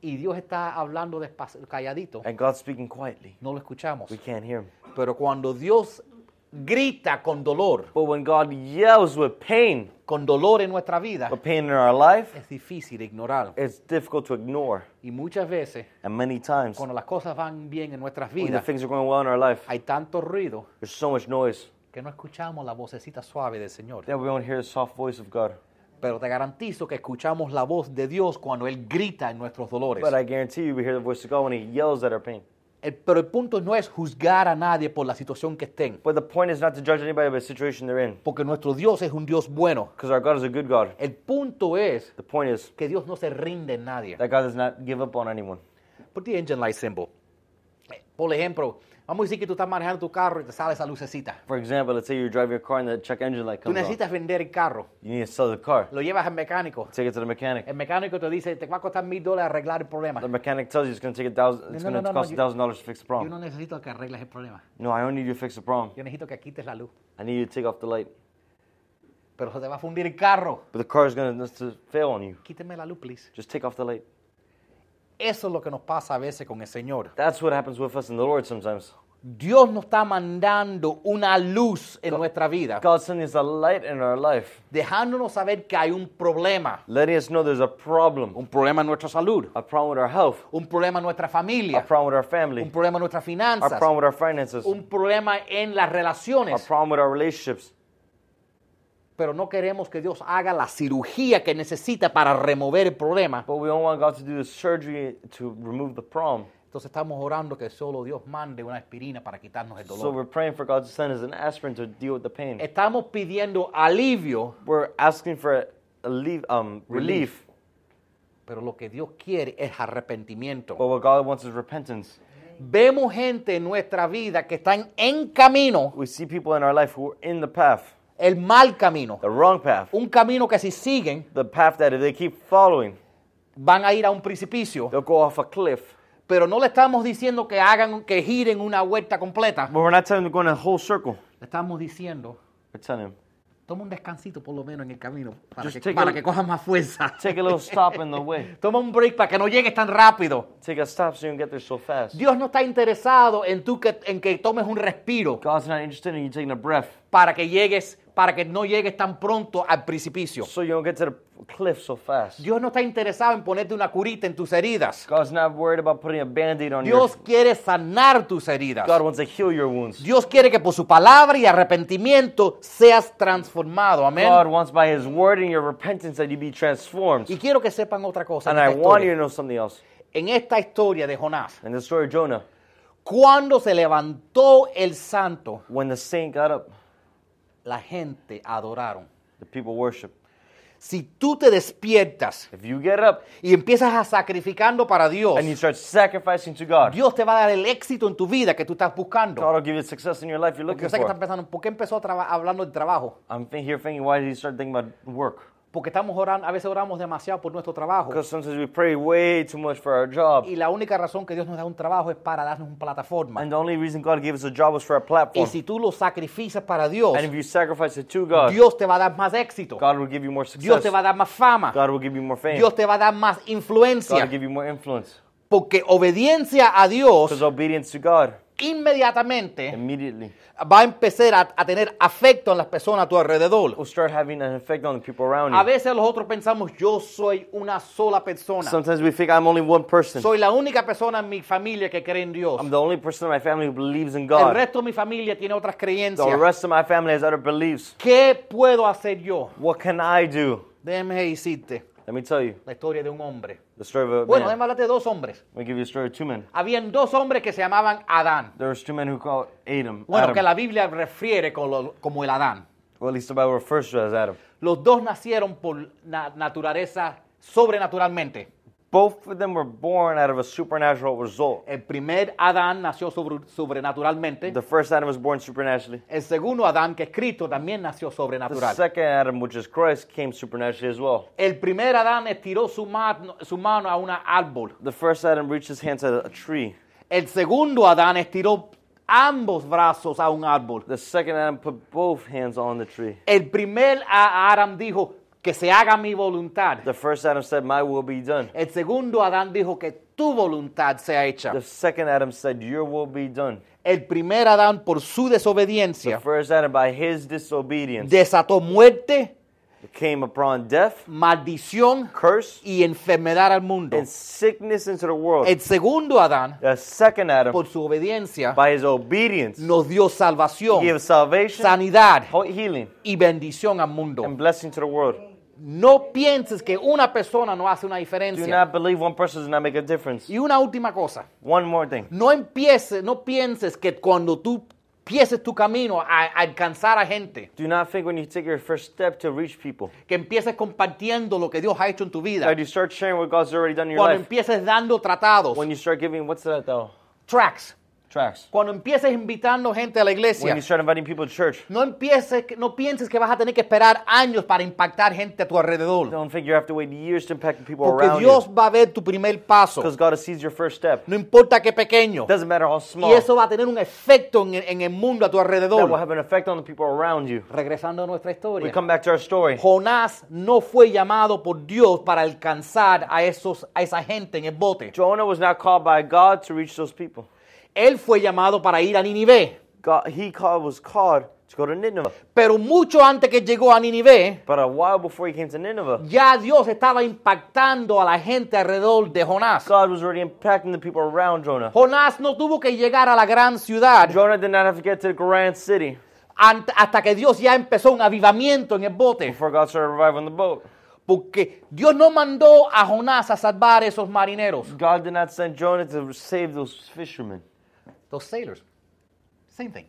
y Dios está hablando despacio, calladito,
and God's speaking quietly,
no lo escuchamos.
we can't hear him.
Pero cuando Dios grita con dolor,
But when God yells with pain,
con dolor en nuestra vida,
with pain in our life,
es difícil ignorar.
it's difficult to ignore.
Y muchas veces,
And many times,
cuando las cosas van bien en nuestras
when the
vidas,
things are going well in our life,
hay tanto ruido
there's so much noise
que no escuchamos la vocecita suave del Señor.
that we don't hear the soft voice of God.
Pero te garantizo que escuchamos la voz de Dios cuando Él grita en nuestros dolores.
But I guarantee you, we hear the voice of God when He yells at our pain.
El- pero el punto no es juzgar a nadie por la situación que estén,
But the point is not to judge anybody by the situation they're in,
porque nuestro Dios es un Dios bueno.
because our God is a good God.
El punto es
The point is
que Dios no se rinde en nadie.
that God does not give up on anyone.
Put the engine light symbol. Eh, Por ejemplo, vamos a decir que tú estás manejando tu carro y te sale esa lucecita.
For example, let's say you're driving your car and the check engine light
Tú
comes on.
necesitas vender el carro,
You need to sell the car.
lo llevas al mecánico.
Take it to the mechanic.
El mecánico te dice, te va a costar mil dólares arreglar el problema.
The mechanic tells you it's going to take a thousand. It's
No, no,
going
no,
to
no,
cost
you-
a thousand dollars to fix the
Yo
problem.
no necesito que arregles el problema.
No, I don't need you to fix the problem.
Yo necesito que quites la luz.
I need you to take off the light.
Pero se va a fundir el carro.
But the car is going to fail on you.
Quíteme la luz, please.
Just take off the light.
Eso es lo que nos pasa a veces con el Señor.
That's what happens with us in the Lord sometimes.
Dios nos está mandando una luz en nuestra vida,
God sending us a light in our life,
dejándonos saber que hay un problema.
letting us know there's a problem.
Un problema en nuestra salud,
A problem with our health.
un problema en nuestra
A
familia,
problem with our
un
family.
problema en nuestras
A
finanzas,
problem with our finances.
un problema en las
A
relaciones.
problem with our relationships.
Pero no queremos que Dios haga la cirugía que necesita para remover el problema.
But we don't want God to do the surgery to remove the problem.
Entonces estamos orando que solo Dios mande una aspirina para quitarnos el
So
dolor.
we're praying for God to send us an aspirin to deal with the pain.
Estamos pidiendo alivio,
We're asking for a leave, um, relief.
pero lo que Dios quiere es arrepentimiento.
But what God wants is repentance.
Vemos gente en nuestra vida que están en camino,
We see people in our life who are in the path,
el mal camino,
the wrong path,
un camino que si siguen
the path that if they keep following,
van a ir a un precipicio,
they'll go off a cliff.
pero no le estamos diciendo que hagan que giren una vuelta completa.
But we're not telling them to go in a whole circle.
Le estamos diciendo,
We're telling them,
toma un descansito por lo menos en el camino para,
Just
que,
take
para
a-
que cojas más fuerza.
take a little stop in the way.
Toma un break para que no llegues tan rápido.
Take a stop so you don't get there so fast.
Dios no está interesado en tú que, en que tomes un respiro
God's not interested in you taking a breath
para que llegues, para que no llegues tan pronto al precipicio.
so you don't get to the cliff so fast.
Dios no está interesado en ponerte una curita en tus heridas.
God's not worried about putting a band-aid on
Dios
your
quiere sanar tus heridas.
God wants to heal your wounds.
Dios quiere que por su palabra y arrepentimiento seas transformado. Amén.
God wants by his word and your repentance that you be transformed.
Y quiero que sepan otra cosa. en
And I
esta
want you
historia.
to know something else.
En esta historia de Jonás,
In the story of Jonah,
cuando se levantó el santo,
when the saint got up,
la gente adoraron.
the people worship.
Si tú te despiertas
If you get up
y empiezas a sacrificando para Dios,
and you start sacrificing to God,
Dios te va a dar el éxito en tu vida que tú estás buscando.
God will give you success in your life you're
Porque yo
looking
sé que están
for.
pensando, ¿por qué empezó a traba- hablando del trabajo?
I'm thi- here thinking, why did he start thinking about work?
Porque estamos orando, a veces oramos demasiado por nuestro trabajo.
Because sometimes we pray way too much for our job.
Y la única razón que Dios nos da un trabajo es para darnos una plataforma.
And the only reason God gave us a job was for our
Y
platform.
si tú lo sacrificas para Dios,
And if you sacrifice it to God,
Dios te va a dar más éxito.
God will give you more
Dios te va a
success.
dar más fama.
God will give you more fame.
Dios te va a dar más
God will
influencia.
give you more influence.
Porque obediencia a Dios
Because obedience to God
inmediatamente
immediately
va a empezar a, a tener afecto en las personas a tu alrededor.
will start having an effect on the people around
A
you.
veces nosotros pensamos, yo soy una sola persona.
Sometimes we think I'm only one person.
Soy la única persona en mi familia que cree en Dios.
I'm the only person in my family who believes in
El
God.
resto de mi familia tiene otras
The
creencias.
rest of my family has other beliefs.
¿Qué puedo hacer yo?
What can I do?
Déjeme decirte
Let me tell you
la historia de un hombre.
the story of a
Bueno,
man.
déjame hablarte de dos hombres.
Let me give you a story of two men.
Habían dos hombres que se llamaban Adán.
There was two men who called Adam.
Bueno, que
Adam.
la Biblia refiere con lo- como el Adán.
Well, at least the Bible refers to it as Adam.
Los dos nacieron por na- naturaleza sobrenaturalmente.
Both of them were born out of a supernatural result.
El primer Adán nació sobre- sobrenaturalmente.
The first Adam was born supernaturally.
El segundo Adán, que es Cristo, también nació
The
sobrenatural.
second Adam, which is Christ, came supernaturally as well.
El primer Adán estiró su, ma- su mano a un árbol.
The first Adam reached his hands at a tree.
El segundo Adán estiró ambos brazos a un árbol.
The second Adam put both hands on the tree.
El primer A- Adán dijo que se haga mi voluntad.
The first Adam said, My will be done.
El segundo Adán dijo que tu voluntad sea hecha.
The second Adam said, Your will be done.
El primer Adán, por su
The
desobediencia,
first Adam, by his disobedience,
desató muerte,
came upon death,
maldición
curse,
y enfermedad al mundo.
and sickness into the world.
El segundo Adán,
The second Adam,
por su obediencia,
by his obedience,
nos dio salvación,
he gave salvation,
sanidad
ho- healing,
y bendición al mundo.
and blessing to the world.
No pienses que una persona no hace una
Do
diferencia.
not believe one person does not make a difference.
Y una última cosa.
One more thing.
No empieces, no pienses que cuando tú empieces tu camino a, a alcanzar a gente,
Do not think when you take your first step to reach people
que empieces compartiendo lo que Dios ha hecho en tu vida,
that you start sharing what God's already done in your
cuando
life.
empieces dando tratados,
When you start giving, what's that though?
tracks,
Tracks.
Cuando empieces invitando gente a la
When
iglesia,
you start inviting people to church,
no, empieces, que- no pienses que vas a tener que esperar años para impactar gente a tu alrededor.
don't think you have to wait years to impact the people
Porque
around
Dios
you.
va a ver tu primer paso.
Because God sees your first step.
No importa qué pequeño.
Doesn't matter how
Y
small.
eso va a tener un efecto en el, en el mundo a tu
That will
alrededor.
have an effect on the people around you.
Regresando a nuestra
We
historia.
come back to our story.
Jonás no fue llamado por Dios para alcanzar a, esos, a esa gente en el bote.
Jonah was not called by God to reach those people.
Él fue llamado para ir a Ninive.
God, he called, was called to go to Nineveh.
Pero mucho antes que llegó a Ninive,
But a while before he came to Nineveh,
ya Dios estaba impactando a la gente alrededor de Jonás.
God was already impacting the people around Jonah.
Jonás no tuvo que llegar a la gran ciudad
Jonah did not have to get to the grand city
ant- hasta que Dios ya empezó un avivamiento en el bote.
before God started reviving the boat.
Porque Dios no mandó a Jonás a salvar a esos marineros.
God did not send Jonah to save those fishermen,
Those sailors. Same thing.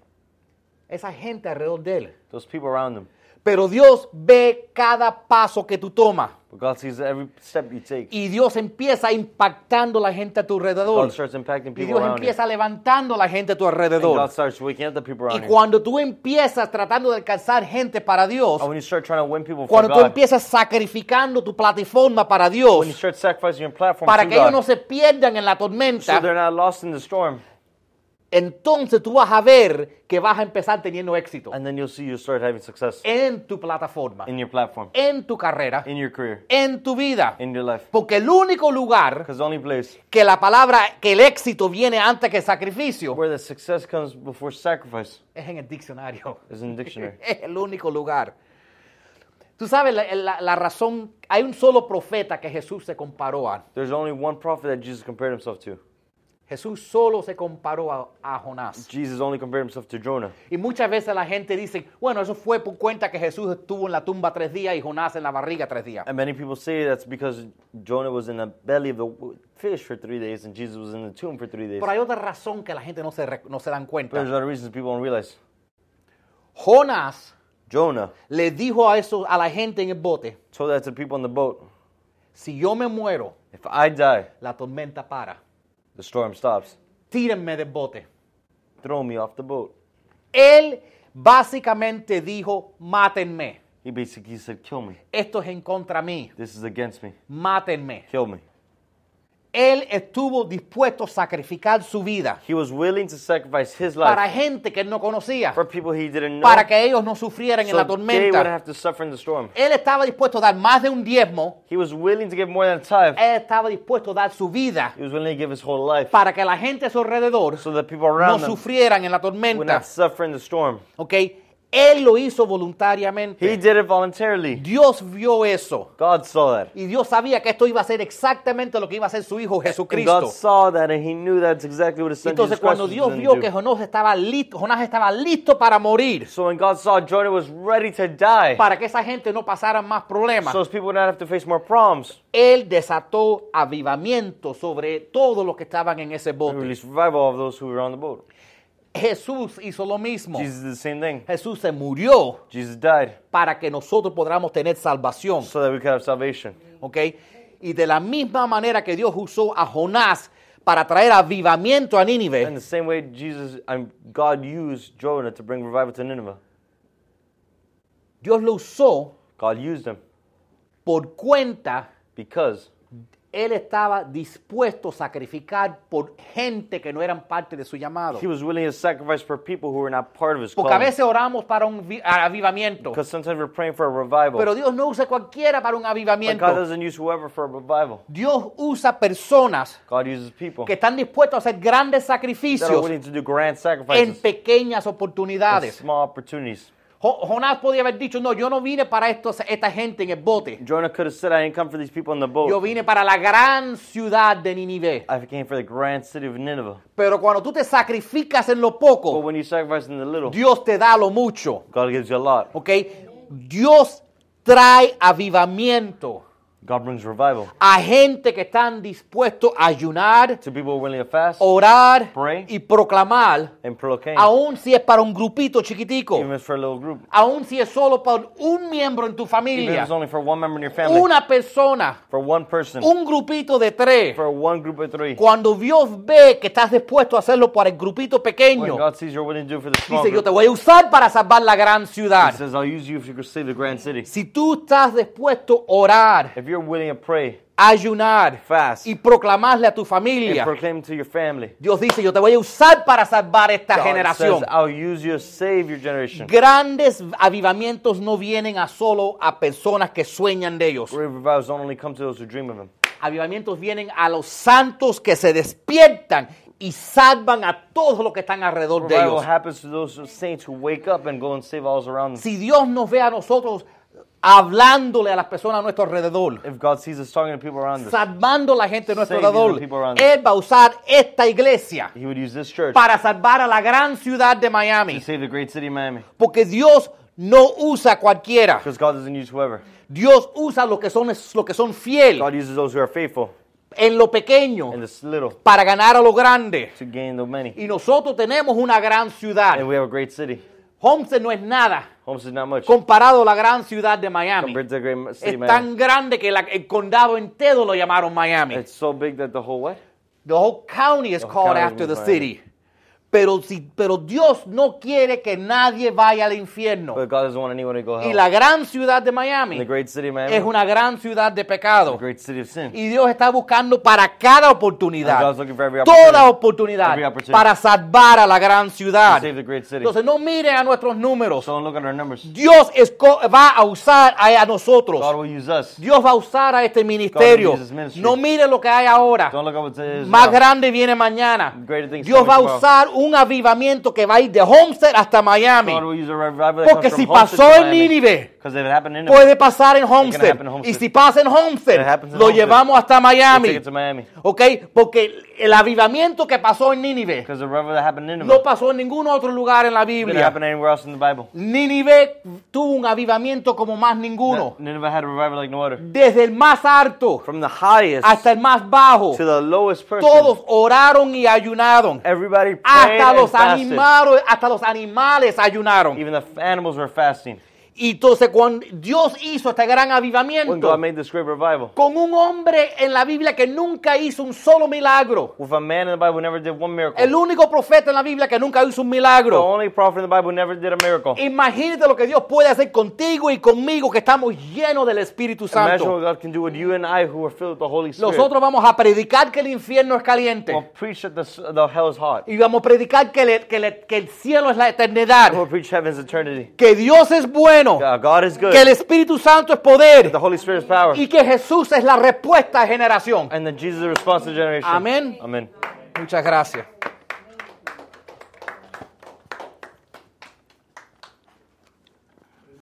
Esa gente alrededor de él.
those people around him.
Pero Dios ve cada paso que tú tomas.
But God sees every step you take.
Y Dios empieza impactando la gente a tu alrededor.
God starts impacting
Y
people
Dios
around you.
empieza levantando la gente a tu
And God
alrededor.
starts waking up the people
Y
around you.
cuando tú empiezas tratando de alcanzar gente para Dios,
And when you start trying to win people for
cuando tú
God,
empiezas sacrificando tu plataforma para
when you
Dios,
start sacrificing your platform
para
to
que ellos no
God,
se pierdan en la
so
tormenta,
they're not lost in the storm,
entonces tú vas a ver que vas a empezar teniendo éxito
and then you'll see you start having success
en tu plataforma,
in your platform,
en tu carrera,
in your career,
en tu vida.
in your life.
Porque el único lugar
Because the only place
que la palabra, que el éxito viene antes que el sacrificio,
where the success comes before sacrifice
es en el diccionario.
is in the dictionary.
Es el único lugar. Tú sabes la, la- la razón, hay un solo profeta que Jesús se comparó a.
There's only one prophet that Jesus compared himself to.
Jesús solo se comparó a, a Jonás.
Jesus only compared himself to Jonah.
Y muchas veces la gente dice, bueno, eso fue por cuenta que Jesús estuvo en la tumba tres días y Jonás en la barriga tres días.
And many people say that's because Jonah was in the belly of the w- fish for three days and Jesus was in the tomb for three days.
Pero hay otra razón que la gente no se, re- no se dan
But there's
cuenta.
other reasons people don't realize.
Jonás
Jonah
le dijo a, eso, a la gente en el bote,
told that to the people on the boat
si yo me muero,
If I die,
la tormenta para.
the storm stops.
Tírenme del bote.
Throw me off the boat.
Él básicamente dijo, mátenme.
He basically said, Kill me.
Esto es en contra mí.
This is against me.
Mátenme.
Kill me.
Él estuvo dispuesto a sacrificar su vida
He was willing to sacrifice his life
para gente que él no conocía,
for people he didn't know.
para que ellos no sufrieran en
so
la
they wouldn't
tormenta.
have to suffer in the storm.
Él estaba dispuesto a dar más de un diezmo.
He was willing to give more than a tithe.
Él estaba dispuesto a dar su vida
He was willing to give his whole life
para que la gente a su alrededor
so that people
no
around him
sufrieran en la
would
tormenta.
not suffer in the storm.
¿Ok? Él lo hizo
He
voluntariamente.
did it voluntarily.
Dios vio eso.
God saw that.
Y Dios sabía que esto iba a ser exactamente lo que iba a ser su hijo
And God
Jesucristo.
saw that and he knew that's exactly what his son
Entonces
Jesus Christ
cuando
was
Dios
gonna
vio
do.
que Jonás estaba listo, Jonás estaba listo para morir,
So when God saw Jonah was ready to die,
para que esa gente no pasara más problemas,
so those people would not have to face more problems.
él desató avivamiento sobre todos los que estaban en ese
We
bote.
release revival of those who were on the boat.
Jesús hizo lo mismo.
Jesus did the same thing.
Jesús se murió
Jesus died
para que nosotros podamos tener salvación,
so that we could have salvation.
¿ok? Y de la misma manera que Dios usó a Jonás para traer avivamiento a Nínive,
In the same way, Jesus and God used Jonah to bring revival to Nineveh.
Dios lo usó
God used him
por cuenta
because
él estaba dispuesto a sacrificar por gente que no eran parte de su llamado.
he was willing to sacrifice for people who were not part of his
Porque a
calling.
veces oramos para un vi- a- avivamiento,
Because sometimes we're praying for a revival.
pero Dios no usa cualquiera para un
But God
avivamiento.
doesn't use whoever for a revival.
Dios usa personas
God uses people
que están dispuestos a hacer grandes
that are
sacrificios
willing to do
en
grand sacrifices
pequeñas
and
oportunidades.
small opportunities.
Jo- Jonás podía haber dicho, no, yo no vine para estos, esta gente en el bote.
Jonah could have said, I didn't come for these people on the
Yo
boat.
vine para la gran ciudad de Ninive.
I came for the grand city of Nineveh.
Pero cuando tú te sacrificas en lo
But
poco,
when you sacrifice in the little,
Dios te da lo mucho.
God gives you a lot.
¿Ok? Dios trae avivamiento
God brings revival
a gente que están dispuestos a ayunar,
to people who are willing to fast
Oh. orar
Pray.
y proclamar,
and proclaim,
aun si es para un grupito chiquitico,
even if it's for a little group,
aun si es solo para un miembro en tu
even if
familia,
it's only for one member in your family,
una persona,
for one person,
un grupito de tres.
for one group of three.
Cuando Dios ve que estás dispuesto a hacerlo para el grupito
When
pequeño,
God sees you're willing to do for the small
dice, yo
group,
te voy a usar para salvar la gran
He
ciudad.
says, I'll use you if you can save the grand city.
Si tú estás dispuesto a orar,
If you're willing to pray,
ayunar
fast,
y proclamarle a tu
and
familia,
proclaim to your family,
Dios dice, yo te voy a usar para salvar esta
God says,
generación.
I'll use you to save your generation.
Grandes avivamientos no vienen a solo a personas que sueñan de ellos.
Great revivals don't only come to those who dream of Him.
Avivamientos vienen a los santos que se despiertan y salvan a todos los que están alrededor de
Revival
ellos.
happens to those saints who wake up and go and save all those around them.
Si Dios nos ve a nosotros hablándole a las personas a nuestro alrededor,
If God sees us talking to people around us,
salvando a la gente a nuestro
Saving the
alrededor,
people around us.
Él va a usar esta iglesia
He would use this church
para salvar a la gran ciudad de
to
Miami.
save the great city of Miami.
Porque Dios no usa a cualquiera.
Because God doesn't use whoever.
Dios usa los que son, los que son fieles
God uses those who are faithful
en lo pequeño
and this little
para ganar a lo grande.
to gain the many.
Y nosotros tenemos una gran ciudad.
And we have a great city.
Homestead no es nada
Homes is not much
comparado a la gran ciudad de Miami.
compared to the great city
Es
of Miami.
tan grande que la- el condado entero lo llamaron Miami.
It's so big that the whole what?
The whole county is called
county
after the
was Miami.
city. Pero, si, pero Dios no quiere que nadie vaya al infierno.
But God doesn't want anyone to go
Y
hell.
la gran ciudad de Miami
And the great city of Miami,
es
the
una gran ciudad de pecado.
great city of sin.
Y Dios está buscando para cada
And
oportunidad,
God's looking for every
toda
opportunity.
oportunidad
Every opportunity.
para salvar a la gran ciudad.
Save the great city.
Entonces no miren a nuestros números.
So don't look at our numbers.
Dios esco- va a usar a, a
God
nosotros.
will use us.
Dios va a usar a este ministerio.
use his ministry.
No mire lo que hay ahora.
Don't look at what uh, it is.
Más
now.
grande viene mañana.
Greater things
Dios
coming
va a
tomorrow.
usar un avivamiento que va a ir de Homestead hasta Miami.
God will use a revival that
Porque
comes
si
from Homestead
pasó
to
en
Miami.
Nínive,
'Cause if it happened in Nineveh,
puede pasar en Homestead.
happen in Homestead.
Y si pasa en
It
Homestead,
happens in
lo
Homestead.
llevamos hasta
we'll take
Miami.
it to Miami.
¿Ok? Porque el- el avivamiento que pasó en Nínive
Because the revival that happened in Nineveh
no pasó en ningún otro lugar en la
didn't happen
Biblia.
anywhere else in the Bible.
Nínive tuvo un avivamiento como más ninguno.
Nineveh had a revival like no other.
Desde el más alto
From the highest
hasta el más bajo,
to the lowest person,
todos oraron y ayunaron.
everybody prayed
Hasta
and
los,
fasted.
animaros, hasta los animales ayunaron.
Even the f- animals were fasting.
Y entonces cuando Dios hizo este gran
When
avivamiento
God made this great revival,
con un hombre en la Biblia que nunca hizo un solo milagro.
with a man in the Bible who never did one miracle,
El único profeta en la Biblia que nunca hizo un
the
milagro.
only prophet in the Bible who never did a miracle.
Imagínate lo que Dios puede hacer contigo y conmigo que estamos llenos del Espíritu
Imagine what
Santo.
God can do with you and I who are filled with the Holy Spirit. Oh.
Nosotros vamos a predicar que el infierno es
We'll
caliente.
preach that the, s- the hell is hot.
Y vamos a predicar que, le- que le- que el cielo es la
We'll
eternidad.
preach heaven's eternity.
Que Dios es bueno.
God, God is good.
Que el Espíritu Santo es poder.
The Holy Spirit is power.
Y que Jesús es la respuesta a generación.
And then Jesus' response to the generation.
Amen.
Amen.
Muchas gracias.